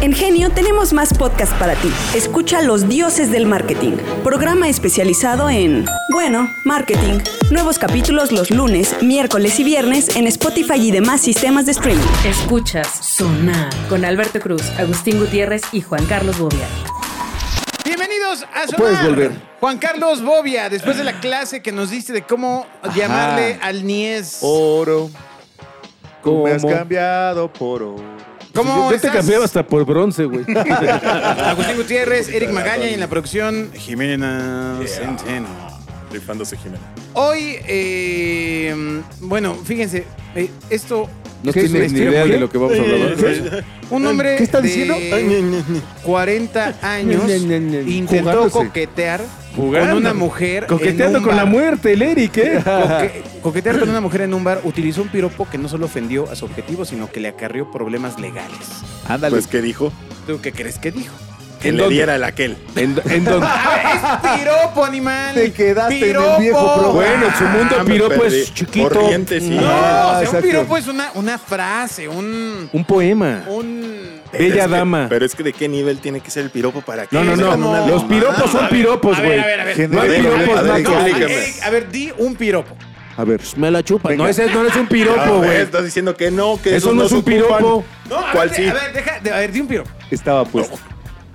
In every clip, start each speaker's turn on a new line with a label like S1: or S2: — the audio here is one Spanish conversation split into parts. S1: En Genio tenemos más podcast para ti. Escucha Los Dioses del Marketing, programa especializado en, bueno, marketing. Nuevos capítulos los lunes, miércoles y viernes en Spotify y demás sistemas de streaming.
S2: Escuchas Sonar con Alberto Cruz, Agustín Gutiérrez y Juan Carlos Bobia.
S3: Bienvenidos a Sonar.
S4: Puedes volver.
S3: Juan Carlos Bobia, después de la clase que nos diste de cómo llamarle al niés.
S4: Oh, Oro.
S5: Tú
S4: ¿Cómo?
S5: me has cambiado por oro.
S3: ¿Cómo
S4: yo, yo te
S3: estás?
S4: cambiaba hasta por bronce, güey.
S3: Agustín Gutiérrez, Eric Magaña y en la producción Jimena Centeno.
S5: Rifándose Jimena.
S3: Hoy, eh, bueno, fíjense, eh, esto.
S4: No
S3: ¿qué es
S4: tienes
S3: esto?
S4: ni idea de lo que vamos a hablar. ¿verdad?
S3: Un hombre
S4: ¿Qué está
S3: de
S4: diciendo?
S3: 40 años
S4: Ne, ne, ne, ne.
S3: intentó
S4: Jugándose.
S3: coquetear
S4: Jugando.
S3: con una mujer. en
S4: Coqueteando
S3: un
S4: con la
S3: bar.
S4: muerte, el Eric, ¿eh?
S3: Coque- coquetear con una mujer en un bar utilizó un piropo que no solo ofendió a su objetivo, sino que le acarrió problemas legales.
S4: Ándale.
S5: Pues, ¿qué dijo?
S3: ¿Tú qué crees que dijo?
S5: Que
S4: ¿En
S5: le
S4: dónde?
S5: diera el aquel.
S4: ¿En, en dónde?
S3: Ah, es piropo, animal.
S6: Te quedaste en el
S3: Piropo.
S6: viejo programa.
S4: bueno, su mundo
S5: Ah, me
S4: piropo es
S5: perdí.
S4: chiquito.
S5: Corriente, sí.
S3: No,
S6: Ah,
S3: o sea, un
S6: exacto.
S3: piropo es una, una frase, un.
S4: Un poema.
S3: un
S5: Pero
S4: Bella
S5: es que-
S4: dama.
S5: pero es que de qué nivel tiene que ser el piropo para que
S4: No, no,
S5: es
S4: no.
S5: como una
S4: Los
S5: mamada.
S4: piropos son piropos,
S3: A ver,
S4: güey.
S3: a ver, a ver.
S4: No hay
S5: A ver,
S4: piropos,
S5: a ver,
S4: nacos.
S5: explícame.
S3: Eric, a ver, di un piropo.
S6: A ver.
S4: Me la chupa. No,
S6: Venga.
S4: ese no es un
S5: Ah,
S4: piropo,
S5: güey,
S4: güey.
S5: Estás diciendo que no, que
S4: Eso
S5: esos
S4: no es
S5: se
S4: un piropo.
S5: ocupan.
S3: No, a
S5: ¿Cuál
S3: ver,
S5: sí?
S3: a ver, deja, de- a ver, di un piropo.
S6: Estaba puesto.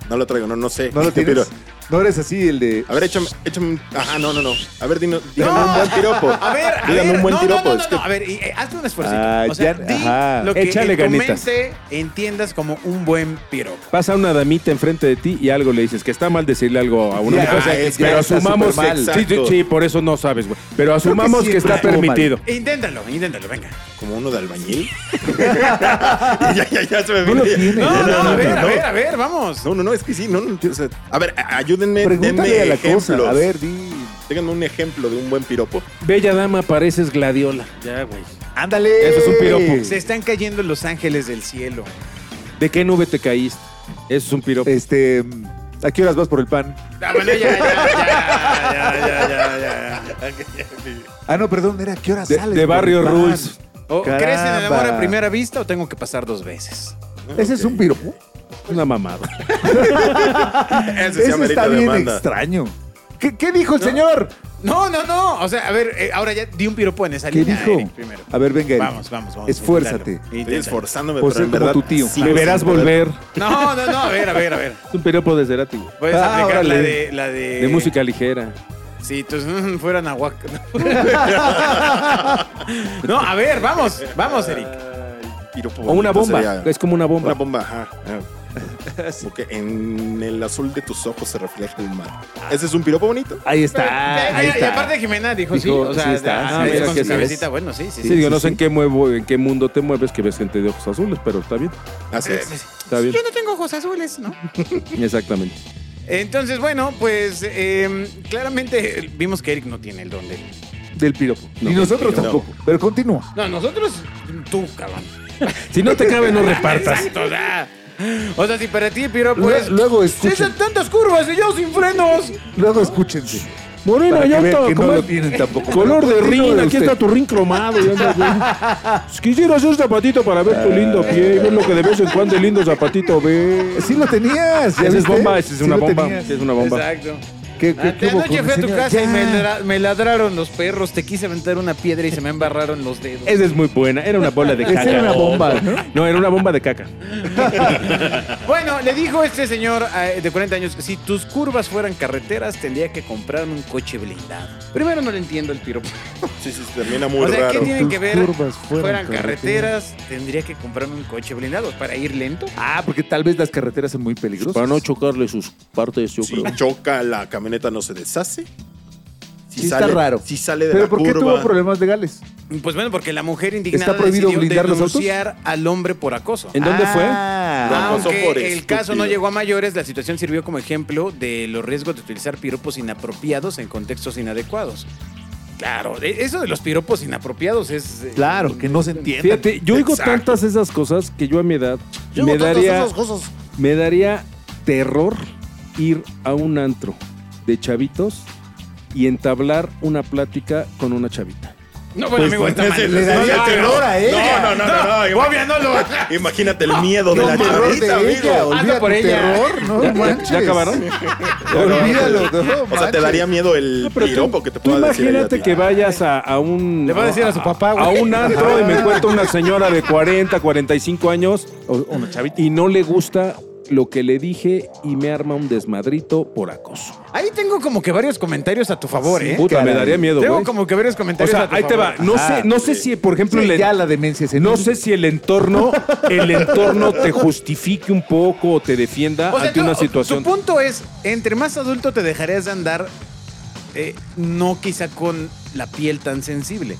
S5: No lo traigo, no, no sé.
S6: No lo
S5: Pero-
S6: tienes. No eres así el de.
S5: A ver, échame, échame un... Ajá, no, no, no. A ver, dino, dígame
S3: No.
S5: un buen piropo.
S3: A ver, a
S5: Dígame
S3: ver,
S5: un buen
S3: no, no,
S5: piropo.
S3: no, no,
S5: es que-
S3: no, a ver, y, eh, hazte un esfuerzo.
S6: Ah,
S3: o sea,
S6: ya,
S3: di
S6: ajá.
S3: lo que
S4: Échale
S3: en tu
S4: ganitas.
S3: mente entiendas como un buen piropo.
S4: Pasa una damita enfrente de ti y algo le dices, que está mal decirle algo a una
S6: Sí,
S4: mujer.
S6: ah,
S5: es que
S4: pero
S5: está
S4: asumamos.
S5: súper mal.
S4: Sí, sí, sí, por eso no sabes, güey. Pero asumamos que,
S6: siempre
S4: está
S6: estuvo mal.
S4: permitido.
S3: Eh, Inténtalo, inténtalo, venga.
S5: Como uno de albañil. ya, ya, ya se me
S4: No lo
S5: viene.
S4: tiene.
S3: No, no, a ver, a
S5: no.
S3: ver, a ver, vamos.
S5: No, no, no, es que sí, no, no, o sea, a ver, a- ayúdenme, denme
S6: Pregúntale a la
S5: ejemplos.
S6: cosa. A ver, di.
S5: Díganme un ejemplo de un buen piropo.
S4: Bella dama, pareces gladiola. Ya, güey.
S6: Ándale.
S4: Eso es un piropo.
S3: Se están cayendo los ángeles del cielo.
S4: ¿De qué nube te caíste? Eso es un piropo.
S7: Eh,
S6: Este. ¿A qué horas vas por el pan?
S3: Ah, bueno, ya, ya, ya, ya, ya, ya, ya.
S6: Ah, no, perdón, era ¿a qué horas
S4: De-
S6: sales?
S4: de
S6: por el
S4: Barrio
S6: pan?
S4: Rules.
S3: O, Oh, ¿Crees en el amor a
S6: Caramba.
S3: primera vista o tengo que pasar dos veces?
S6: Ese es un piropo.
S4: Una mamada.
S5: Ese sí
S6: Eso
S5: amerita
S6: está bien
S5: demanda.
S6: extraño. ¿Qué, qué dijo el señor?
S3: No, no, no. O sea, a ver, eh, ahora ya di un piropo en esa
S6: ¿Qué
S3: línea.
S6: dijo?
S3: Eric, primero.
S6: A ver, venga. Eric.
S3: Vamos, vamos, vamos.
S6: Esfuérzate.
S3: Inténtalo.
S5: Estoy
S3: Inténtalo.
S5: esforzándome,
S6: Por
S5: pero
S6: ser
S5: en
S6: como
S5: verdad.
S6: tu tío.
S5: sigo
S4: Me verás
S5: sin poder.
S4: volver.
S3: No, no, no, a ver, a ver, a ver.
S4: Es un piropo de Cerati, güey.
S3: Puedes
S6: Ah,
S3: aplicar la
S6: órale.
S3: de, la de.
S4: De música ligera.
S3: Si tus mm, fueran aguac. no, a ver, vamos, vamos, Eric.
S5: Piropo
S4: O una
S5: bonito
S4: bomba.
S5: sería-
S4: Es como una bomba.
S5: Una bomba, ajá. Porque en el azul de tus ojos se refleja el mar. Ese es un piropo bonito.
S6: Ahí está.
S3: Mira,
S6: ahí
S3: mira,
S6: está.
S3: Y aparte Jimena dijo, sí,
S4: Dijo,
S3: o sea,
S4: sí está,
S3: ah,
S4: sí,
S3: ah,
S4: mira
S3: con
S4: que
S3: su
S4: sí es.
S3: cabecita, bueno, sí, sí.
S4: Sí,
S3: sí.
S4: digo, no sé en qué muevo, en qué mundo te mueves que ves gente de ojos azules, pero está bien.
S5: Así
S3: Eh,
S5: es.
S4: Está bien.
S3: Yo no tengo ojos azules, ¿no?
S4: Exactamente.
S3: Entonces, bueno, pues eh, claramente vimos que Eric no tiene el don de.
S4: Del piropo. No.
S6: Ni nosotros
S5: no.
S6: tampoco. Pero continúa.
S3: No, nosotros, tú, cabrón.
S4: Si no te cabe, no repartas.
S3: Exacto, o sea. O sea, si para ti el piropo
S6: Lue-
S3: es.
S6: luego
S3: ¡Sí,
S6: escuchen.
S3: son tantas curvas y yo sin frenos!
S6: Luego escúchense.
S4: Morena,
S6: Para que
S4: ya
S6: vean
S4: está,
S6: que no
S4: ¿cómo
S6: lo
S4: es?
S6: tienen tampoco.
S4: Color de
S6: Pero
S4: rin,
S6: continúe
S4: aquí
S6: usted.
S4: está tu rin cromado. y andas, güey. Quisiera hacer un zapatito para ver tu lindo pie y ver lo que de vez en cuando el lindo zapatito ve.
S6: Sí lo tenías. ¿ya
S4: Ah, Esa es
S6: viste?
S4: bomba, esa es
S6: Sí
S4: una
S6: lo
S4: bomba.
S6: tenías.
S4: sí, es una bomba.
S3: Exacto.
S6: ¿Qué- qué- qué hubo
S3: Anoche
S6: con
S3: Ah, fui a
S6: el
S3: tu
S6: señor?
S3: casa y
S6: Ya.
S3: me, ladra- me ladraron los perros. Te quise aventar una piedra y se me embarraron los dedos.
S4: Esa es muy buena. Era una bola de
S6: Esa
S4: caca.
S6: era una bomba, ¿no?
S4: No, era una bomba de caca.
S3: Bueno, le dijo este señor eh, de 40 años que si tus curvas fueran carreteras, tendría que comprarme un coche blindado. Primero no le entiendo el piropo.
S5: Sí, sí, termina muy
S3: o sea, ¿qué
S5: raro.
S3: tienen
S6: Tus
S3: que ver?
S6: curvas fueran
S3: fueran carreteras, tendría que comprarme un coche blindado para ir lento.
S6: Ah, porque tal vez las carreteras son muy peligrosas.
S4: chocarle sus partes, yo
S5: Si choca la camioneta no se deshace. Si
S6: Sí está raro.
S5: Si sale de
S6: Pero
S5: la
S6: ¿por qué
S5: curva.
S6: tuvo problemas legales?
S3: Pues bueno, porque la mujer indignada
S6: ¿Está prohibido
S3: decidió
S6: blindar los autos?
S3: denunciar al hombre por acoso.
S4: ¿En dónde fue?
S6: Ah,
S5: Lo pasó
S3: Aunque
S5: por
S3: el
S5: estúpido.
S3: caso no llegó a mayores, la situación sirvió como ejemplo de los riesgos de utilizar piropos inapropiados en contextos inadecuados. Claro, e- eso de los piropos inapropiados es... eh,
S6: Claro, que no se entiende.
S4: Fíjate, yo oigo
S5: Exacto.
S4: tantas esas cosas que yo a mi edad
S5: Yo
S4: me
S5: hago todas
S4: daría,
S5: esas cosas.
S4: me daría terror ir a un antro de chavitos y entablar una plática con una chavita.
S3: No,
S5: Pues,
S3: Pues, bueno, amigo, está mal.
S5: le
S7: daría terror a ella.
S5: No, no, no, no. no.
S3: Obvio, no lo hagas.
S5: Imagínate el miedo de la
S7: terror
S5: chavita,
S7: de ella,
S5: amigo. Ah,
S7: olvida
S3: por
S7: tu
S3: ella.
S7: terror, no
S6: ¿Ya, ya-
S7: manches.
S6: ya acabaron?
S7: Olvídalo, no
S5: O sea, te
S7: manches.
S5: daría miedo el
S4: Pero tú-
S5: piropo que te
S4: tú
S5: pueda decir. ella a
S4: imagínate
S5: ti.
S4: que vayas a, a un...
S3: Le va a decir a su papá,
S4: A
S3: güey.
S4: un antro y me encuentro una señora de 40, 45 años o- o una chavita, y no le gusta lo que le dije y me arma un desmadrito por acoso.
S3: Ahí tengo como que varios comentarios a tu favor, ¿eh?
S4: Puta,
S6: caray.
S4: me daría miedo,
S3: Tengo
S4: güey.
S3: como que varios
S4: O
S3: comentarios a
S4: sea,
S3: tu
S4: ahí te va.
S3: favor.
S4: No sé, no sé si, por ejemplo,
S6: Sí,
S4: le-
S6: ya la demencia es
S4: Eh, no sé si el entorno, el entorno te justifique un poco o te defienda
S3: O sea,
S4: Ah, ante
S3: no,
S4: una situación.
S3: Tu punto es, entre más adulto te dejarías de andar, eh, no quizá con la piel tan sensible.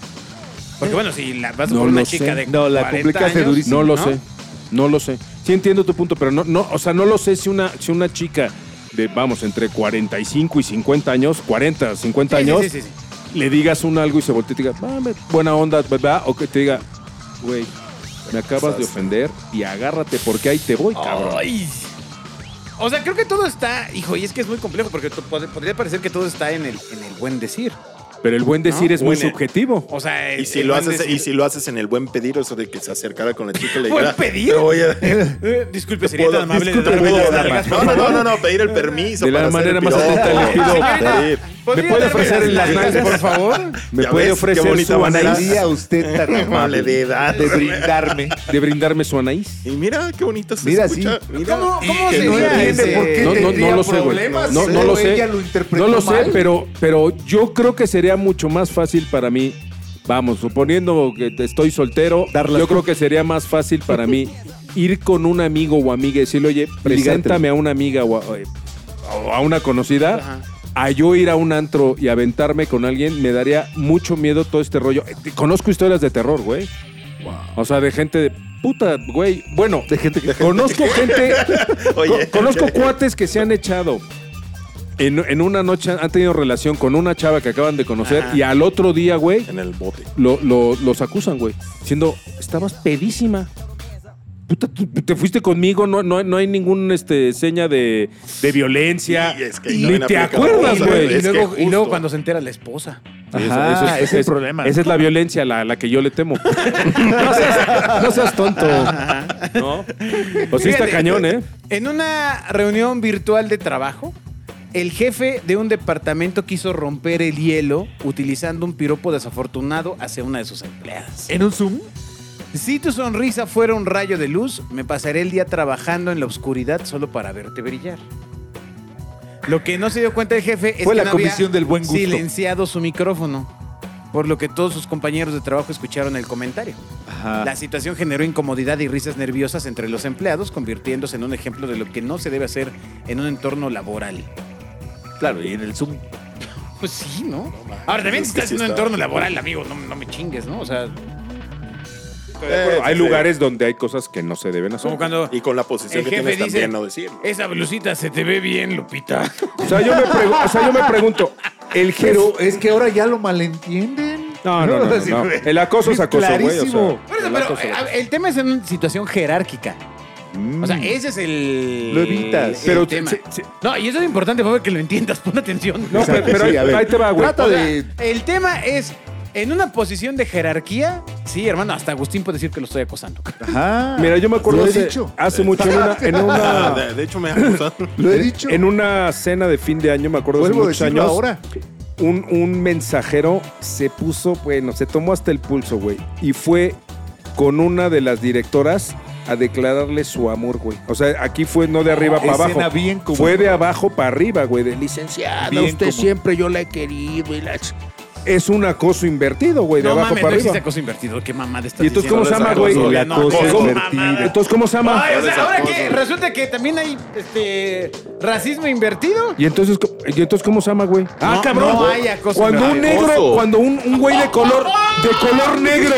S3: Porque bueno, si la vas
S4: Eh, No
S3: con una
S4: lo
S3: chica
S4: sé.
S3: de
S6: No, la
S3: 40
S6: complicaste
S3: años,
S6: durísimo.
S4: No lo sé. No lo sé. Sí entiendo tu punto, pero no, no, o sea, no lo sé si una, si una chica de, vamos, entre 45 y 50 años, 40, 50
S3: Sí, sí,
S4: años,
S3: sí, sí, sí.
S4: le digas un algo y se voltee y te diga, "Ah, me- buena onda, ¿verdad? O que te diga, güey, me acabas de ofender y agárrate porque ahí te voy, cabrón.
S3: Ay. O sea, creo que todo está, hijo, y es que es muy complejo porque to- pod- podría parecer que todo está en el, en el buen decir.
S4: Pero el buen decir
S3: ¿No?
S4: es muy
S5: Bueno.
S4: subjetivo.
S3: O sea, el-
S5: Y si,
S3: el
S5: lo
S3: buen
S5: haces,
S3: decir-
S5: y si lo haces en el buen pedir, eso de que se acercara con la chica y le
S3: ¿Buen
S5: dijera...
S3: pedir?
S5: "Te voy a-
S3: Eh, disculpe, sería
S5: puedo-
S3: tan amable de
S5: disculpe,
S3: darme
S5: ¿puedo
S3: las
S5: dar-
S3: nalgas,
S5: No,
S3: por
S5: no,
S3: favor?
S5: no, no, no, pedir el permiso
S4: De la
S5: para hacer
S4: manera
S5: el
S4: más
S5: piropo.
S4: atenta, le pido-
S5: Señorita, pedir.
S4: ¿Me
S3: ¿podría
S4: puede
S3: darme
S4: ofrecer
S3: las
S4: en las
S3: nalgas,
S4: nalgas,
S3: por favor?
S4: ¿Me
S5: Ya
S4: puede
S5: ves, qué
S4: ofrecer
S5: bonita
S4: su
S5: manera.
S4: anaís?
S5: Sería
S7: Sería usted tan amable de,
S5: Amabilidad.
S7: brindarme.
S4: ¿De brindarme su anaís?
S5: Y mira qué bonita se
S7: Mira,
S5: escucha.
S7: sí.
S5: Mira.
S3: ¿Cómo- cómo
S5: Que
S3: sería
S5: no entiende
S3: ese?
S5: por qué
S4: no, no,
S7: tendría
S4: no lo sé, güey.
S7: problemas,
S4: No, no
S7: pero
S4: lo sé.
S7: ella lo interpretó
S4: no lo sé,
S7: mal.
S4: pero, pero yo creo que sería mucho más fácil para mí. Vamos, suponiendo que estoy soltero,
S6: Darlas
S4: yo
S6: tú.
S4: creo que sería más fácil para mí ir con un amigo o amiga y decirle, oye, preséntame a una amiga o a, o a una conocida. A yo ir a un antro y aventarme con alguien me daría mucho miedo todo este rollo. Eh, Conozco historias de terror, güey. O sea, de gente de puta, güey. Bueno, de gente que conozco gente,
S5: Oye.
S4: co- conozco cuates que se han echado. En, en una noche han tenido relación con una chava que acaban de conocer y al otro día, güey,
S5: En el bote.
S4: lo- lo- los acusan, güey. Siendo, estabas pedísima. Puta, tú- te fuiste conmigo, no, no, hay- no hay ningún este, seña de, de violencia.
S5: Y es que
S4: Ni
S5: no ven
S4: te
S5: aplicado.
S4: acuerdas,
S5: Y luego-
S4: güey.
S3: Y
S5: Es que
S3: luego, y luego
S5: justo.
S3: cuando se entera la esposa.
S4: Ajá,
S6: Eso- eso es-
S4: ese
S6: es- problema.
S4: Esa es la violencia, la, la que yo le temo. no, seas, no seas tonto. ¿No? O sí está
S3: Fíjate,
S4: cañón, ¿eh?
S3: En una reunión virtual de trabajo, el jefe de un departamento quiso romper el hielo utilizando un piropo desafortunado hacia una de sus empleadas.
S6: ¿En un Zoom?
S3: Si tu sonrisa fuera un rayo de luz, me pasaré el día trabajando en la oscuridad solo para verte brillar. Lo que no se dio cuenta el jefe es
S6: Fue
S3: que
S6: la
S3: no
S6: comisión
S3: había
S6: del buen gusto.
S3: silenciado su micrófono, por lo que todos sus compañeros de trabajo escucharon el comentario.
S6: Ajá.
S3: La situación generó incomodidad y risas nerviosas entre los empleados, convirtiéndose en un ejemplo de lo que no se debe hacer en un entorno laboral.
S6: Claro, y en el Zoom.
S3: Pues sí, ¿no? Ahora, también
S5: es
S3: si
S5: que
S3: estás
S5: sí
S3: en un
S5: está-
S3: entorno laboral, amigo, no, no me chingues, ¿no? O sea,
S5: Eh,
S4: Hay
S5: sí,
S4: lugares donde hay cosas que no se deben hacer.
S3: como cuando
S5: sí. Y con la posición
S3: el
S5: que
S3: jefe
S5: tienes
S3: dice,
S5: también, no decirlo.
S3: esa blusita se te ve bien, Lupita.
S4: O sea, yo me, pregu- o sea, yo me pregunto, el jefe.
S7: Pero es que ahora ya lo malentienden.
S4: No, no, no, no,
S7: Sí,
S4: no.
S7: güey.
S4: El acoso es acoso, güey. O
S7: Clarísimo.
S4: sea,
S3: Por eso,
S4: el
S3: pero
S4: acoso es
S3: eh,
S4: acoso.
S3: el tema es en una situación jerárquica.
S5: Mm.
S3: O sea, ese es el.
S7: Lo evitas.
S3: el
S4: Pero
S3: tema.
S4: se- se-
S3: No, y eso es importante, favor, que lo entiendas. Pon atención.
S4: No, pero, pero
S7: Sí, a
S4: ahí,
S7: ver.
S4: ahí te va, güey.
S7: Trata
S3: O sea,
S7: de.
S3: Eh, el tema es, en una posición de jerarquía, sí, hermano, hasta Agustín puede decir que lo estoy acosando.
S7: Ajá.
S4: Mira, yo me acuerdo
S7: Lo he
S4: hace,
S7: dicho.
S4: hace mucho en una, en
S5: Ah,
S4: una,
S5: de, de hecho, me acusaron.
S7: Lo he dicho.
S4: en una cena de fin de año, me acuerdo hace
S7: Vuelvo a
S4: muchos
S7: decirlo
S4: años.
S7: ahora.
S4: un, un mensajero se puso, bueno, se tomó hasta el pulso, güey. Y fue con una de las directoras a declararle su amor, güey. O sea, aquí fue no de arriba para
S7: Escena
S4: abajo.
S7: bien común.
S4: fue de abajo para arriba, güey. De licenciada,
S7: Bien
S4: usted
S7: común.
S4: siempre yo la he querido. y la ch-". Es un acoso invertido, güey, de
S3: no
S4: abajo
S3: mames, no
S4: para
S3: existe
S4: arriba.
S3: acoso invertido. Qué mamada estás
S4: ¿Y entonces
S3: diciendo?
S4: cómo se llama,
S3: Acoso,
S4: güey?
S3: obvio,
S4: El
S3: no,
S4: acoso
S3: ¿cómo?
S4: invertido.
S3: Mamada.
S4: Entonces, ¿cómo se llama?
S3: Ay, o sea, ahora que
S5: Desacoso.
S3: resulta que también hay este racismo invertido.
S4: ¿Y entonces, co- ¿Y entonces cómo se llama, güey? Ah,
S3: No,
S4: cabrón.
S3: no hay acoso
S4: cuando un
S3: invertido.
S4: negro, cuando un, un güey de color, de color negro.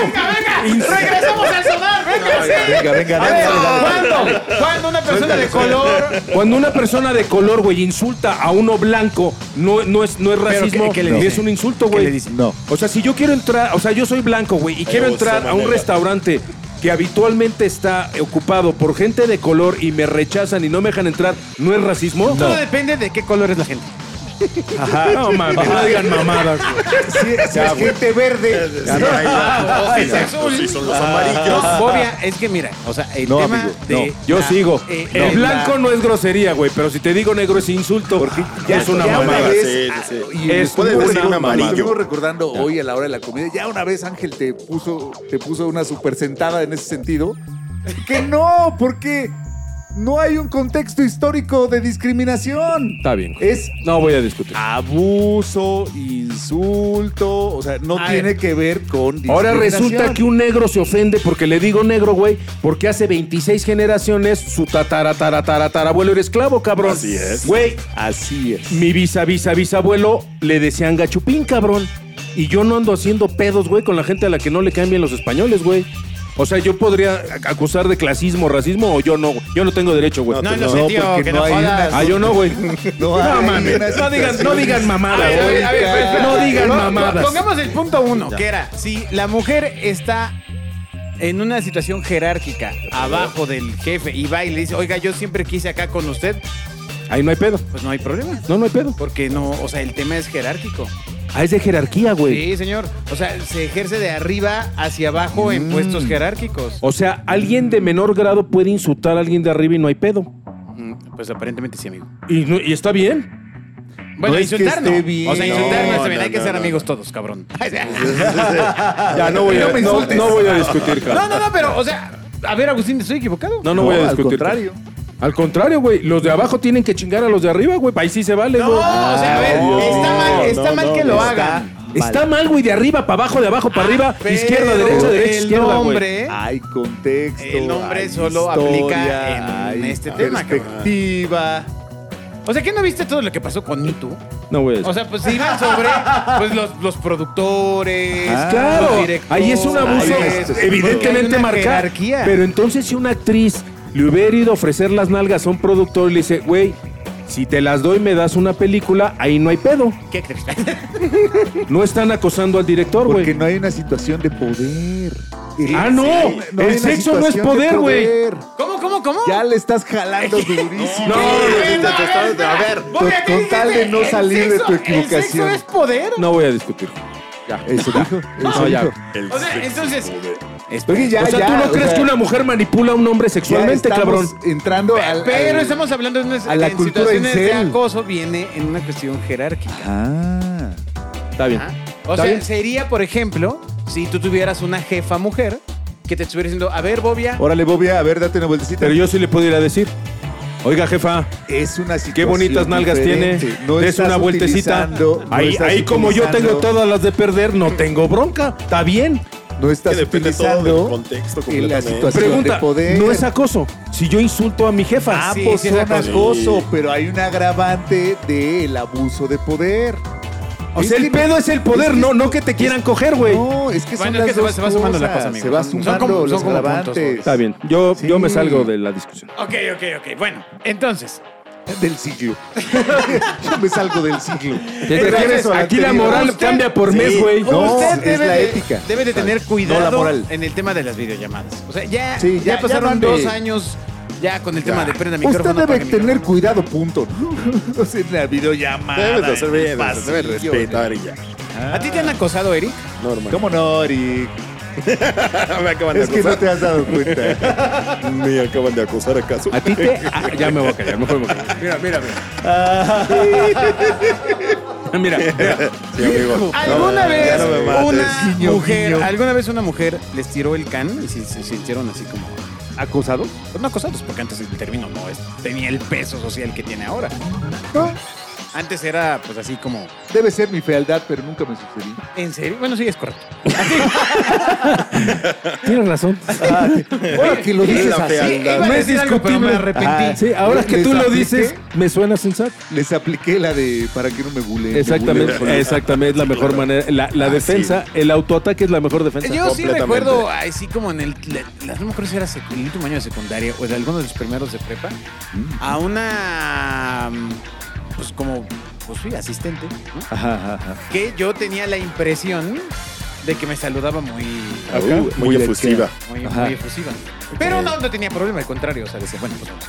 S3: Regresamos al sonar, venga, sí.
S7: Venga, venga,
S3: A
S7: dale,
S3: ver,
S7: dale, dale.
S3: ¿cuándo? ¿Cuándo una persona de color?
S4: Cuando una persona de color, güey, insulta a uno blanco, no, no, es, no es
S3: ¿qué-
S4: racismo,
S3: qué le
S4: ni
S3: dice?
S4: es un insulto,
S3: ¿Qué
S4: güey.
S3: le dice?
S7: No.
S4: O sea, si yo quiero entrar, o sea, yo soy blanco, güey, y quiero
S5: de
S4: entrar a un
S5: manera.
S4: restaurante que habitualmente está ocupado por gente de color y me rechazan y no me dejan entrar, ¿no es racismo?
S3: Todo depende de qué color es la gente.
S4: No mames, no digan mamadas.
S7: Si, si es gente verde.
S5: Sí, ahí va.
S3: es
S5: Sí,
S3: azul.
S5: sí, son los amarillos.
S3: Fobia, es que mira, o sea, el
S6: No,
S3: tema
S6: amigo,
S3: de.
S4: No, yo
S3: la-
S4: sigo.
S3: eh,
S4: el
S3: de
S4: blanco no es grosería, güey, pero si te digo negro es insulto.
S7: ya-
S4: es una
S7: ya una
S4: mamada.
S7: vez- ah,
S5: Sí, sí, sí.
S7: Y
S4: Es
S7: después de
S4: una
S7: decir un
S5: mamada.
S7: amarillo. Estuvimos recordando hoy a la hora de la comida. Ya una vez Ángel te puso, te puso una super sentada en ese sentido. Que no, porque no hay un contexto histórico de discriminación.
S4: Está bien.
S7: Es
S4: No voy a discutir.
S7: abuso, insulto, o sea, no
S4: Ay.
S7: tiene que ver con
S4: Ahora
S7: discriminación.
S4: resulta que un negro se ofende porque le digo negro, güey, porque hace 26 generaciones su tataratataratatarabuelo era esclavo, cabrón.
S5: Así es.
S4: Güey,
S7: Así es.
S4: mi bisa bisa bisabuelo le decían gachupín, cabrón. Y yo no ando haciendo pedos, güey, con la gente a la que no le caen bien los españoles, güey. O sea, yo podría acusar de clasismo, racismo o yo no. güey. Yo no tengo derecho, güey.
S3: No, no
S7: No,
S3: sé, tío,
S7: porque
S3: que
S7: no
S3: no
S7: hay
S3: jodas.
S4: Ah, yo no, güey. No
S7: No, hay una
S4: mames. No digan, no
S7: situación.
S4: digan
S3: A ver, a ver, a
S4: mamadas.
S3: ver, espera, espera.
S4: No digan
S3: Pon-
S4: mamadas.
S3: Pongamos el punto uno, que era, si la mujer está en una situación jerárquica, abajo del jefe, y va y le dice, oiga, yo siempre quise acá con usted,
S4: Ahí no hay pedo.
S3: pues no hay problema.
S4: No, no hay pedo.
S3: Porque no, o sea, el tema es jerárquico.
S4: Ah, es de jerarquía, güey.
S3: Sí, señor. O sea, se ejerce de arriba hacia abajo en puestos jerárquicos.
S4: O sea, alguien de menor grado puede insultar a alguien de arriba y no hay pedo.
S3: Mm, Pues aparentemente sí, amigo.
S4: Y, no- y está bien.
S3: Bueno,
S7: es que
S3: insultar no.
S7: esté bien.
S3: O sea, insultar no,
S5: No,
S3: está bien.
S5: no,
S3: Hay que
S5: no,
S3: ser
S5: no,
S3: amigos todos, cabrón.
S4: Ya, Ah, no voy a, Eh, no, no voy a discutir,
S3: No,
S4: cabrón.
S3: no, no, pero, o sea, a ver, Agustín, ¿estoy equivocado?
S4: No, no voy a
S7: No, al
S4: discutir. cabrón.
S7: contrario.
S4: Al contrario, güey. Los de abajo tienen que chingar a los de arriba, güey. Ahí sí se vale, güey.
S3: No, o
S7: Ah,
S3: sea, a ver,
S5: no,
S3: está mal, está
S5: no,
S3: mal
S5: no,
S3: que lo
S5: no,
S3: haga.
S4: Está mal, güey. De arriba para abajo, de abajo para arriba,
S3: Ah, Pero
S4: izquierda, derecha, derecha,
S3: el
S4: izquierda, güey.
S3: nombre,
S7: Hay contexto.
S3: El nombre
S7: hay
S3: solo
S7: historia,
S3: aplica en
S7: hay
S3: este tema, cabrón.
S7: Perspectiva.
S3: O sea, ¿qué no viste todo lo que pasó con Mitu?
S4: No voy
S3: O
S4: a discutir.
S3: sea, pues se iban sobre pues, los, los productores,
S4: Ah, claro,
S3: los directores.
S4: ahí es un abuso
S3: es- hay
S4: evidentemente
S3: una
S4: marcado.
S3: jerarquía.
S4: Pero entonces si una actriz le hubiera ido a ofrecer las nalgas a un productor y le dice, güey, si te las doy me das una película, ahí no hay pedo.
S3: ¿Qué crees? Pero
S4: No están acosando al director,
S7: Porque
S4: güey.
S7: no hay una situación de poder.
S4: Ah, no, el
S7: hay una
S4: sexo no es
S7: situación de
S4: poder, güey.
S3: ¿Cómo, cómo, cómo?
S7: Ya le estás jalando durísimo.
S4: No,
S3: a
S5: Te- te- te
S3: ver,
S5: estás-
S3: espera.
S5: a ver.
S3: Voy a-
S7: Con- con tal de no
S3: ¿El
S7: salir de
S3: sexo-
S7: tu
S3: ¿El sexo
S7: equivocación.
S3: es poder?
S4: No voy a discutir.
S7: Eso dijo. Eso
S4: No, ya.
S7: dijo.
S5: El
S3: O sea,
S5: sexo
S3: entonces-
S5: poder.
S7: Oye, ya,
S4: o sea,
S7: ya,
S4: ¿tú no
S7: o
S4: crees
S7: sea,
S4: que una mujer manipula a un hombre
S7: ya
S4: sexualmente,
S7: estamos
S4: cabrón?
S7: Entrando al-
S3: Pero
S7: al-
S3: estamos hablando de unas
S7: a la
S3: en
S7: cultura
S3: situaciones de
S7: incel.
S3: acoso viene en una cuestión jerárquica.
S7: Ah.
S4: Está bien.
S3: Ajá. O
S4: ¿Está
S3: sea,
S4: bien?
S3: sería, por ejemplo, si tú tuvieras una jefa mujer que te estuviera diciendo, a ver, Bobia,
S7: Órale, Bobby, a ver, date una vueltecita.
S4: Pero yo sí le pudiera decir. Oiga, jefa,
S7: es una situación
S4: qué bonitas nalgas
S7: Pues diferente.
S4: tiene.
S7: No
S4: Des
S7: estás
S4: una vueltecita.
S7: utilizando- no
S4: ahí
S7: estás
S4: ahí como yo
S7: utilizando-
S4: tengo todas las de perder, no tengo bronca. Está bien.
S7: No
S5: Que
S7: estás
S5: depende todo del
S7: utilizando
S5: contexto
S7: en la
S5: completamente.
S7: situación
S4: Pregunta,
S7: de poder.
S4: no es acoso. Si yo insulto a mi jefa.
S3: Ah, sí,
S7: Ambos
S3: sí,
S7: son
S3: es acoso.
S7: acoso,
S5: Sí.
S7: pero hay un agravante del abuso de poder.
S4: o sea,
S7: Es
S4: el
S7: que-
S4: pedo es el poder,
S7: es que-
S4: no, no que te quieran coger, güey.
S7: No, es que son
S3: Bueno, es
S7: las
S3: que se va-
S7: dos
S3: se va sumando la
S7: cosas,
S3: cosa, amigo.
S7: Se va
S3: Son como-
S7: sumando
S3: son
S7: los
S3: como puntos,
S7: agravantes.
S4: Está bien. Yo,
S7: Sí.
S4: yo me salgo de la discusión.
S3: ok, ok, ok. Bueno, entonces,
S7: Del siglo. Yo me salgo del siglo.
S4: Entonces,
S7: Regreso a
S4: aquí la
S7: anterior.
S4: moral
S3: Usted-
S4: cambia por mes,
S7: Sí.
S4: güey.
S7: No,
S3: usted
S7: es
S3: debe,
S7: la
S3: de,
S7: ética,
S3: debe de
S7: ¿sabes?
S3: tener
S7: No
S3: cuidado
S7: la moral.
S3: en el tema de las videollamadas. O sea, ya,
S7: Sí,
S3: ya,
S7: ya- ya
S3: pasaron
S7: no
S3: dos
S7: ande-
S3: años ya con el tema de prenda micrófono.
S7: Usted debe
S3: apague
S7: tener
S3: micrófono.
S7: cuidado, punto. No sé, en la videollamada.
S5: Debes de hacer
S7: en el
S5: bien, debes de
S7: pasillo,
S5: respetar y ya.
S3: ¿A ti te
S7: Ah.
S3: han acosado, Eric?
S5: No, hermano.
S7: ¿Cómo no, Eric?
S5: Me acaban de
S7: Es que no
S5: acosar.
S7: te has dado cuenta.
S5: Me acaban de acosar, ¿acaso?
S4: A ti te. ah, ya me voy a callar, mejor me voy a callar. Mira, mira, mira. mira, mira.
S5: Sí, amigo.
S3: ¿Alguna
S5: No,
S3: vez
S5: ya no me mates.
S3: una
S7: Guiño,
S3: mujer,
S7: guiño.
S3: alguna vez una mujer les tiró el can y se, se sintieron así como,
S7: ¿Acosado?
S3: pues no acosados, porque antes el término no es, tenía el peso social que tiene ahora.
S7: No.
S3: Antes era pues así como,
S7: Debe ser mi fealdad, pero nunca me sucedió.
S3: ¿en serio? Bueno, sí, es correcto.
S4: Tienes razón.
S7: Ahora que lo dices
S5: la
S7: así,
S5: fealdad.
S3: Iba a
S4: No es
S3: decir algo, pero me
S4: discutible.
S3: arrepentí.
S7: Ajá.
S4: Sí, ahora que
S7: ¿Les
S4: tú lo
S7: apliqué?
S4: dices, me suena sensato.
S7: les apliqué la de para que no me bulen. Me bulen.
S4: Exactamente, exactamente, es la mejor manera. La, la
S5: Ah,
S4: defensa, el autoataque es la mejor defensa.
S3: Yo sí
S5: completamente.
S3: recuerdo, así como en el, la- la- no me acuerdo si era secu- el último año de secundaria o en alguno de los primeros de prepa,
S7: Mm.
S3: a una, mm, pues como, pues sí, asistente, ¿no?
S7: Ajá, ajá, ajá.
S3: que yo tenía la impresión de que me saludaba muy,
S5: Uh, muy,
S7: Muy de
S5: efusiva.
S3: muy,
S7: Ajá.
S3: muy efusiva. Pero no, no tenía problema, al contrario, o sea, decía, bueno, pues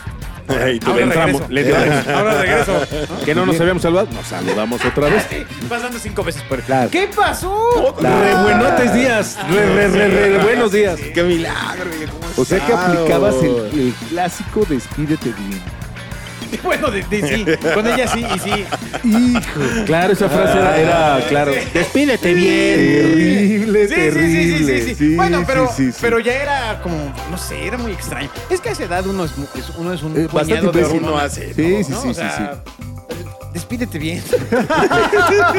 S5: Y tú
S4: Le
S3: Ahora
S5: ven-
S4: entramos,
S3: regreso.
S4: le entramos.
S3: Ahora regreso.
S4: Que no nos habíamos salvado, nos saludamos otra vez.
S3: Pasando cinco veces por
S7: Claro.
S3: ¿Qué
S7: Oh.
S3: pasó?
S4: Re buenotes días, re, re, re, re, re buenos días.
S5: ¡Qué milagro! viejo! ¿Cómo
S7: O sea que
S5: estás?
S7: aplicabas el, el clásico despídete bien.
S3: Bueno, de, de- sí. Con ella sí y sí.
S7: Hijo.
S4: Claro, esa frase era, era, claro. Despídete bien.
S7: Terrible,
S3: Ah. Sí, sí, sí,
S7: terrible.
S3: sí, sí, sí. Bueno,
S7: sí,
S3: pero,
S7: sí, Eh, sí.
S3: pero ya era como, no sé, era muy extraño. Es que a esa edad uno es, mu- es- uno es un
S7: Eh, bastante
S3: puñado de
S7: imbécil.
S3: hormonas,
S5: Uno hace.
S7: Sí,
S3: ¿no?
S7: sí,
S3: O
S7: sí, sí,
S3: sea, Despídete bien.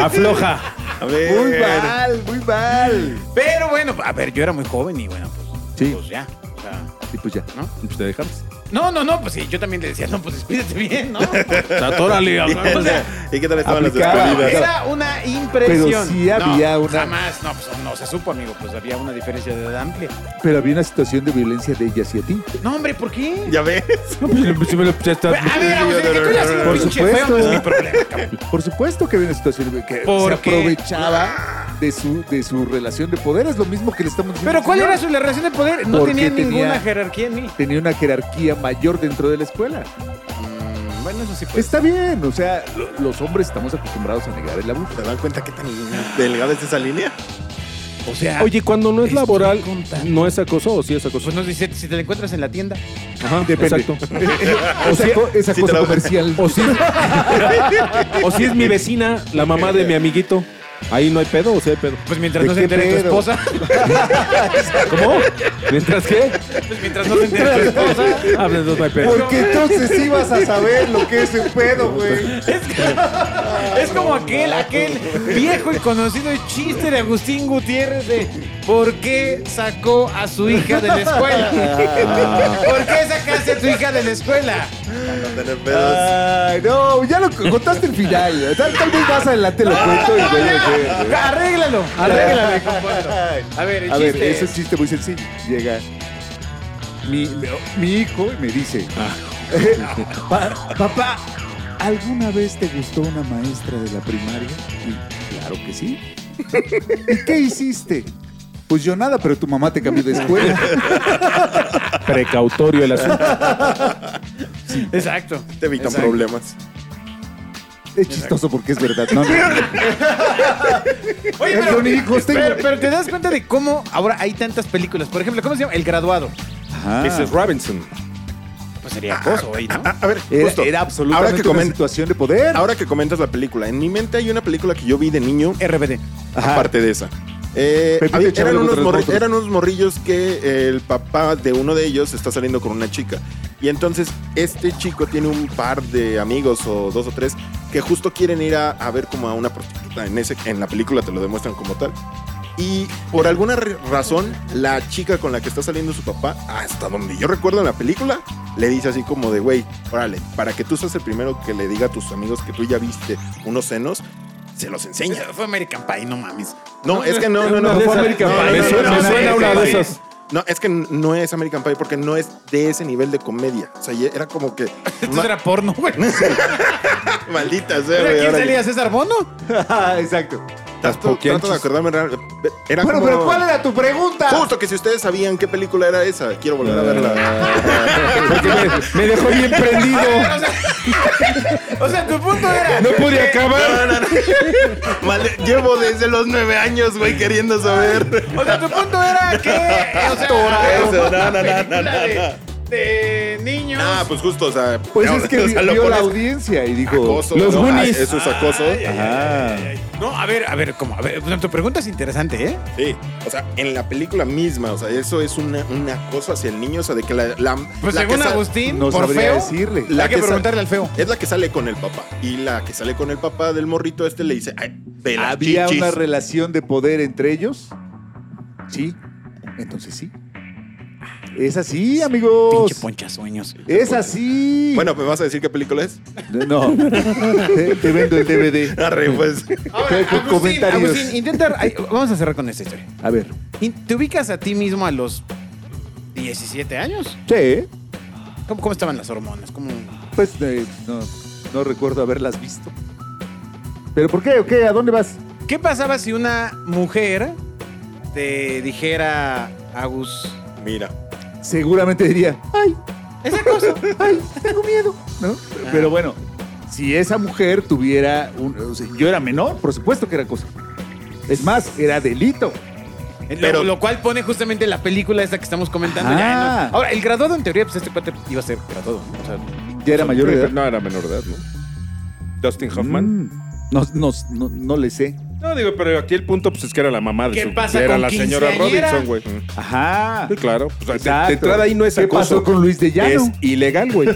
S4: Afloja.
S5: A ver.
S7: Muy mal, muy mal.
S3: Pero bueno, a ver, yo era muy joven y bueno, pues,
S7: Sí.
S3: pues ya. o sea,
S7: Y pues ya.
S4: Pues te dejamos.
S3: no, no, no, pues sí, yo también le decía, no, pues despídete bien, ¿no?
S4: Satórale.
S3: O sea,
S5: ¿Y qué tal estaban las
S7: aplicaba.
S5: despedidas?
S3: Era una impresión.
S7: Pero sí había
S3: No,
S7: una-
S3: Jamás, no, pues no se supo, amigo, pues había una diferencia de edad amplia.
S7: Pero había una situación de violencia de ella hacia ti.
S3: No, hombre, ¿por qué?
S5: ¿Ya ves?
S3: A ver, o sea, que tú ya seas
S7: Por
S3: un pinche
S7: supuesto.
S3: feo, no es mi problema, cabrón.
S7: Por supuesto que había una situación de- que se
S3: ¿Por qué?
S7: aprovechaba de su, de su relación de poder. Es lo mismo que le estamos diciendo.
S3: Ah. Pero
S7: al
S3: ¿cuál
S7: señor.
S3: era su relación de poder? No
S7: Porque
S3: tenía ninguna
S7: tenía-
S3: jerarquía en mí.
S7: Tenía una jerarquía mayor dentro de la escuela.
S3: Pues. Bueno, eso sí pues.
S7: Está bien, o sea, lo- los hombres estamos acostumbrados a negar el abuso.
S5: ¿Se dan pues, cuenta qué tan delgada es esa línea?
S3: O sea,
S4: Oye, cuando no es
S3: Estoy
S4: laboral,
S3: contando.
S4: ¿no es acoso o sí es acoso?
S3: pues nos dice, si te la encuentras en la tienda.
S4: Ajá, Exacto.
S7: O sea, co- esa
S5: sí te
S7: cosa
S5: la-
S7: comercial.
S4: O si, o si es mi vecina, la mamá de mi amiguito. Ahí no hay pedo o sí hay pedo.
S3: Pues mientras
S7: ¿De
S3: no se
S7: qué
S3: entere tu
S7: pedo?
S3: esposa.
S4: ¿Cómo? ¿Mientras qué?
S3: Pues mientras no se entere tu esposa.
S4: Ah, pues, entonces no hay pedo.
S8: Porque entonces sí vas a saber lo que es el pedo, güey.
S3: Es como aquel, aquel viejo y conocido chiste de Agustín Gutiérrez de ¿por qué sacó a su hija de la escuela? ¿Por qué sacaste a tu hija de la escuela?
S5: No tener
S7: Ah,
S5: pedos.
S7: Ay, no, ya lo contaste el final. Tal, tal vez más adelante lo cuento y voy a ver.
S3: Arréglalo, arréglalo. compadre. A ver, el
S7: A ver,
S3: chiste
S7: ese
S3: es-
S7: chiste muy sencillo. Llega mi, mi hijo y me dice, Ah. "Pa- papá, ¿alguna vez te gustó una maestra de la primaria? Y claro que sí. ¿Y qué hiciste? Pues yo nada, pero tu mamá te cambió de escuela.
S4: Precautorio el asunto.
S3: Exacto.
S5: Te evitan problemas.
S7: Es chistoso porque es verdad. No, no.
S3: Oye,
S7: Es
S3: pero,
S7: lo único que tengo.
S3: pero, pero te das cuenta de cómo ahora hay tantas películas. Por ejemplo, ¿cómo se llama? El graduado.
S7: Ajá.
S4: Mrs. Robinson.
S3: Pues sería acoso hoy, ¿no?
S5: Ah, a ver,
S7: Era,
S5: justo.
S7: era absolutamente
S5: Ahora que,
S7: una
S5: comen-
S7: situación de poder.
S5: ahora que comentas la película, en mi mente hay una película que yo vi de niño
S3: RBD.
S7: Ajá.
S5: aparte de esa. Eh,
S7: Pepito
S5: había-
S7: y Chabelo
S5: eran, unos
S7: contra los
S5: morri-
S7: monstruos.
S5: eran unos morrillos que el papá de uno de ellos está saliendo con una chica. Y entonces este chico tiene un par de amigos o dos o tres que justo quieren ir a, a ver como a una prostituta. En, ese, en la película te lo demuestran como tal. Y por alguna re- razón, la chica con la que está saliendo su papá, hasta donde yo recuerdo en la película, le dice así como de, güey, órale, para que tú seas el primero que le diga a tus amigos que tú ya viste unos senos, se los enseña.
S3: Fue American Pie, no mames.
S5: No, es que no, no,
S4: Una
S5: no.
S4: de
S5: fue
S4: esas.
S5: American
S4: Me
S5: Pie. No,
S4: suena-
S5: no, no,
S4: me
S5: no,
S4: suena
S5: no,
S4: una
S5: no,
S4: de
S5: no.
S4: esas.
S5: No, es que no es American Pie porque no es de ese nivel de comedia. O sea, ya era como que.
S3: Esto era porno, güey.
S5: Maldita sea,
S3: ¿Pero
S5: güey.
S3: quién
S5: ahora
S3: salía? ¿César Bono?
S7: Exacto.
S5: Trato, trato de acordarme. Era, era
S8: Bueno,
S5: como-
S8: pero ¿cuál era tu pregunta?
S5: Justo que si ustedes sabían qué película era esa, quiero volver a verla.
S4: Porque me, me dejó bien prendido.
S3: O sea, o sea, tu punto era.
S4: No pude acabar.
S5: No, no, no. Maldi- Llevo desde los nueve años, güey, queriendo saber.
S3: O sea, tu punto era que. O sea,
S5: Eso, no, no, no,
S3: película
S5: no, no,
S3: de- De niños.
S5: Ah, pues justo, o sea.
S7: Pues
S5: ahora,
S7: es que
S5: o sea,
S7: vio,
S5: lo
S7: vio la
S5: pones
S7: audiencia y dijo...
S5: acoso, eh,
S4: Los
S5: ¿no?
S4: Goonies.
S5: Ah, Eso es acoso.
S3: Ay, ay,
S7: Ah.
S3: No, a ver, a ver, como, a ver, tu pregunta es interesante, ¿eh?
S5: Sí, o sea, en la película misma, o sea, eso es una, una cosa hacia el niño, o sea, de que la... la
S3: Pues
S5: la que
S3: según
S5: sa-
S3: Agustín,
S7: No
S3: por
S7: sabría
S3: feo,
S7: decirle.
S5: La
S3: hay que,
S5: que sa-
S3: preguntarle al feo.
S5: Es la que sale con el papá. Y la que sale con el papá del morrito este le dice, ay, de las
S7: ¿Había
S5: chichis".
S7: una relación de poder entre ellos? Sí. Entonces sí. Es así, amigos.
S3: Pinche poncha sueños.
S7: Es así.
S5: Bueno, ¿me vas a decir qué película es?
S7: no. te, te vendo el DVD.
S5: Arre, pues.
S7: ¿Qué- qué
S3: Agustín,
S7: comentarios?
S3: Agustín, intenta. ay, vamos a cerrar con esta historia.
S7: A ver.
S3: In- ¿Te ubicas a ti mismo a los 17 años?
S7: Sí.
S3: ¿Cómo, cómo estaban las hormonas? ¿Cómo?
S7: Pues eh, no, no recuerdo haberlas visto. ¿Pero por qué? ¿O qué? ¿A dónde vas?
S3: ¿Qué pasaba si una mujer te dijera, Agus,
S5: Mira,
S7: Seguramente diría, ay,
S3: Es acoso. Ah.
S7: ¡Ay, tengo miedo! ¿No? Pero bueno, si esa mujer tuviera un. o sea, yo era menor, por supuesto que era cosa. Es más, era delito.
S3: lo, lo cual pone justamente la película esta que estamos comentando.
S7: Ajá.
S3: ya, ¿no? Ahora, el graduado en teoría, pues este cuate iba a ser graduado. ¿no? O sea,
S7: Ya era mayor de edad.
S4: No, era menor de edad, ¿no? Dustin Hoffman.
S7: Mm. No, no, no, no le sé.
S4: No, digo, pero aquí el punto pues, es que era la mamá de
S3: ¿Qué
S4: su-
S3: pasa
S4: Era
S3: con
S4: la señora
S3: quinceañera?
S4: Robinson, güey.
S7: Ajá.
S4: Sí, claro. O sea, de- de,
S7: Mm. Exacto.
S4: entrada ahí no es
S7: ¿Qué
S4: acoso.
S7: pasó con Luis de Llano?
S4: Es ilegal, güey.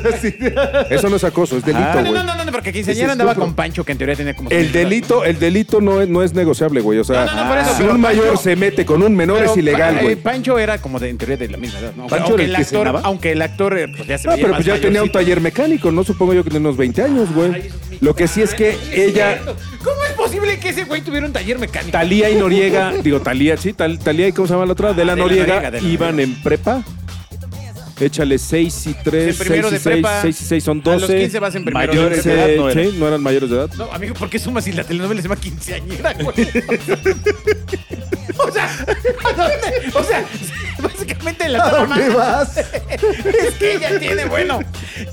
S4: Eso no es acoso, es delito,
S7: Ah,
S3: No,
S4: güey.
S3: no, no, no, no, porque quinceañera
S7: Ese
S3: andaba
S7: estupro.
S3: con Pancho, que en teoría tenía como...
S4: El delito, el delito no es, no es negociable, güey. O sea,
S3: No, no, no, por eso,
S4: si
S3: pero
S4: un mayor
S3: Pancho-
S4: se mete con un menor
S3: Pero
S4: es ilegal,
S3: Pa- eh,
S4: güey.
S3: Pancho era como de, en teoría de la misma edad, ¿no?
S7: ¿Pancho
S3: aunque,
S7: era el
S3: el
S7: que
S3: actor,
S7: cenaba?
S3: aunque el actor, eh, pues ya se
S4: No,
S3: veía
S4: pero
S3: más
S4: pues ya tenía un
S3: mayorcito.
S4: taller mecánico, ¿no? Supongo yo que tenía unos 20 años, güey. Lo que sí es que ella,
S3: ¿Cómo es posible que ese güey tuviera un taller mecánico?
S4: Talía y Noriega, digo, Talía, sí, Tal- Talía y ¿cómo se llama la otra? De la
S3: de la
S4: Noriega,
S3: Noriega, de la
S4: iban en prepa. Échale 6 y 3,
S3: El primero
S4: 6 y
S3: de
S4: 6,
S3: prepa.
S4: 6 y 6 son
S3: A
S4: 12.
S3: los 15 vas en primero.
S7: mayores
S4: Sí,
S7: de edad no eran.
S4: sí, no eran mayores de edad.
S3: No, amigo, ¿por qué sumas si la telenovela se llama quinceañera, güey? o sea, ¿a dónde? O sea, básicamente la trama
S7: ¿Dónde vas?
S3: es que ella tiene, bueno,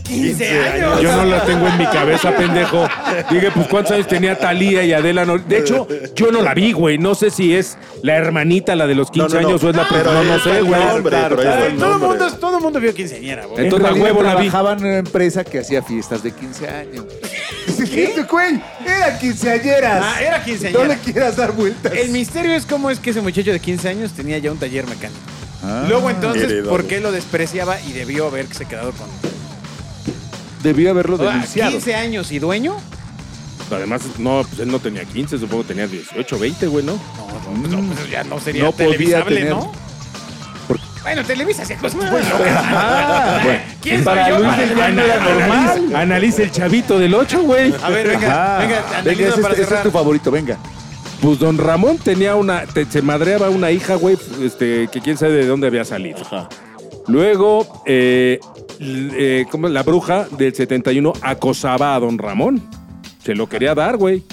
S3: 15, años.
S4: Yo no la tengo en mi cabeza, pendejo. Dije, pues cuántos años tenía Talía y Adela. Nor- De hecho, yo no la vi, güey. No sé si es la hermanita, la de los 15
S5: No, no, no.
S4: años o es la pre-
S5: Pero
S4: No,
S5: ahí
S4: no
S5: está
S4: sé,
S5: el
S4: güey.
S5: nombre, pero ahí está el
S3: todo,
S5: nombre.
S3: mundo, todo mundo vio quinceañera, güey.
S4: Entonces, a
S7: realidad,
S4: huevo la vi.
S7: Trabajaban en una empresa que hacía fiestas de 15 años. ¿Qué? güey, era quinceañeras.
S3: Ah, era quinceañera.
S7: No le quieras dar vueltas.
S3: El misterio es cómo es que ese muchacho de 15 años tenía ya un taller mecánico.
S7: Ah,
S3: Luego entonces,
S5: Heredado.
S3: ¿por qué lo despreciaba y debió haberse quedado con
S7: Ah, Debió haberlo
S3: O sea,
S7: denunciado.
S3: 15 años y dueño?
S4: Además, no, pues él no tenía 15, supongo que tenía 18, 20, güey, ¿no?
S3: No, pues ya no sería
S7: Mm. No podía
S3: televisable,
S7: tener.
S3: ¿no? Bueno, Televisa hacía cosas muy locas.
S7: Ah,
S4: Bueno,
S3: ¿Quién
S7: para
S3: soy yo
S7: Luis
S3: para
S7: del Llano era
S4: Analiza,
S7: normal.
S4: analiza el chavito del 8, güey.
S3: A ver, venga,
S7: Ajá.
S3: venga,
S7: venga
S3: analízalo
S7: ese,
S3: para
S7: ese es
S3: cerrar.
S7: tu favorito, venga.
S4: Pues don Ramón tenía una. te- se madreaba una hija, güey, este, que quién sabe de dónde había salido. Luego, eh, l- eh, ¿cómo es? la bruja del 71 acosaba a don Ramón. Se lo quería dar, güey.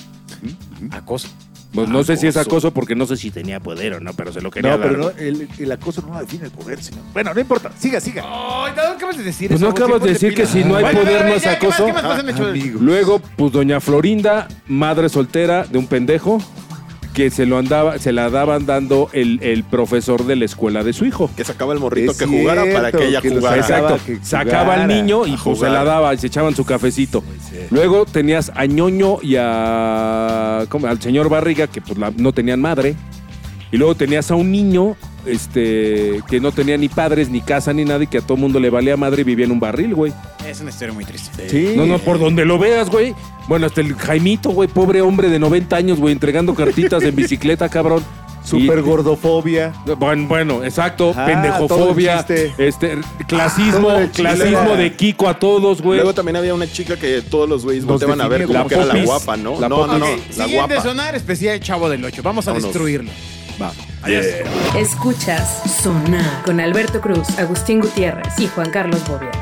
S3: Acoso.
S4: Pues no sé si es acoso porque no sé si tenía poder o no, pero se lo quería
S7: No,
S4: dar.
S7: pero no,
S4: güey.
S7: el, el acoso no define el poder, sino. Bueno, no importa. Siga, siga.
S3: Ay, no acabas de decir
S4: Pues
S3: eso.
S4: no
S3: Agustín,
S4: acabas de
S3: ponte
S4: decir que
S3: pilas.
S4: si no hay
S3: Bueno,
S4: poder
S3: ya,
S4: no
S3: ya,
S4: es
S3: ¿qué más,
S4: acoso.
S3: qué más pasa, Nacho?
S4: Luego, pues doña Florinda, madre soltera de un pendejo, que se lo andaba, se la daban dando el, el profesor de la escuela de su hijo.
S5: Que sacaba el morrito
S7: Es
S5: que jugara para
S7: cierto,
S5: que ella
S7: que lo
S5: jugara.
S7: sacaba.
S4: Exacto.
S7: que
S4: Sacaba al
S7: jugara
S4: niño y
S5: a
S4: pues se
S5: jugar.
S4: la daba y se echaban su cafecito. Luego tenías a ñoño y a. ¿cómo? al señor Barriga, que pues la- no tenían madre. Y luego tenías a un niño este, que no tenía ni padres, ni casa, ni nada, y que a todo mundo le valía madre y vivía en un barril, güey.
S3: Es una historia muy triste.
S7: Sí.
S4: No, no, por donde lo veas, güey. Bueno, hasta el Jaimito, güey, pobre hombre de 90 años, güey, entregando cartitas en bicicleta, cabrón.
S7: Super
S4: Y-
S7: gordofobia.
S4: Bueno, bueno, exacto,
S7: Ah,
S4: pendejofobia,
S7: todo el chiste.
S4: este, clasismo,
S7: Todo el chiste.
S4: clasismo de Kiko a todos, güey.
S5: Luego también había una chica que todos los güeyes
S7: Los
S5: volteaban a ver
S7: define
S5: como
S4: la
S5: que era la
S4: popis.
S5: guapa, ¿no?
S4: La
S5: no,
S4: popis.
S5: no, no,
S3: Ok,
S5: la
S3: siguiente
S5: guapa.
S3: sonar especial Chavo del 8. Vamos a
S5: Vámonos.
S3: destruirlo.
S2: Escuchas Sonar con Alberto Cruz, Agustín Gutiérrez y Juan Carlos Bobia.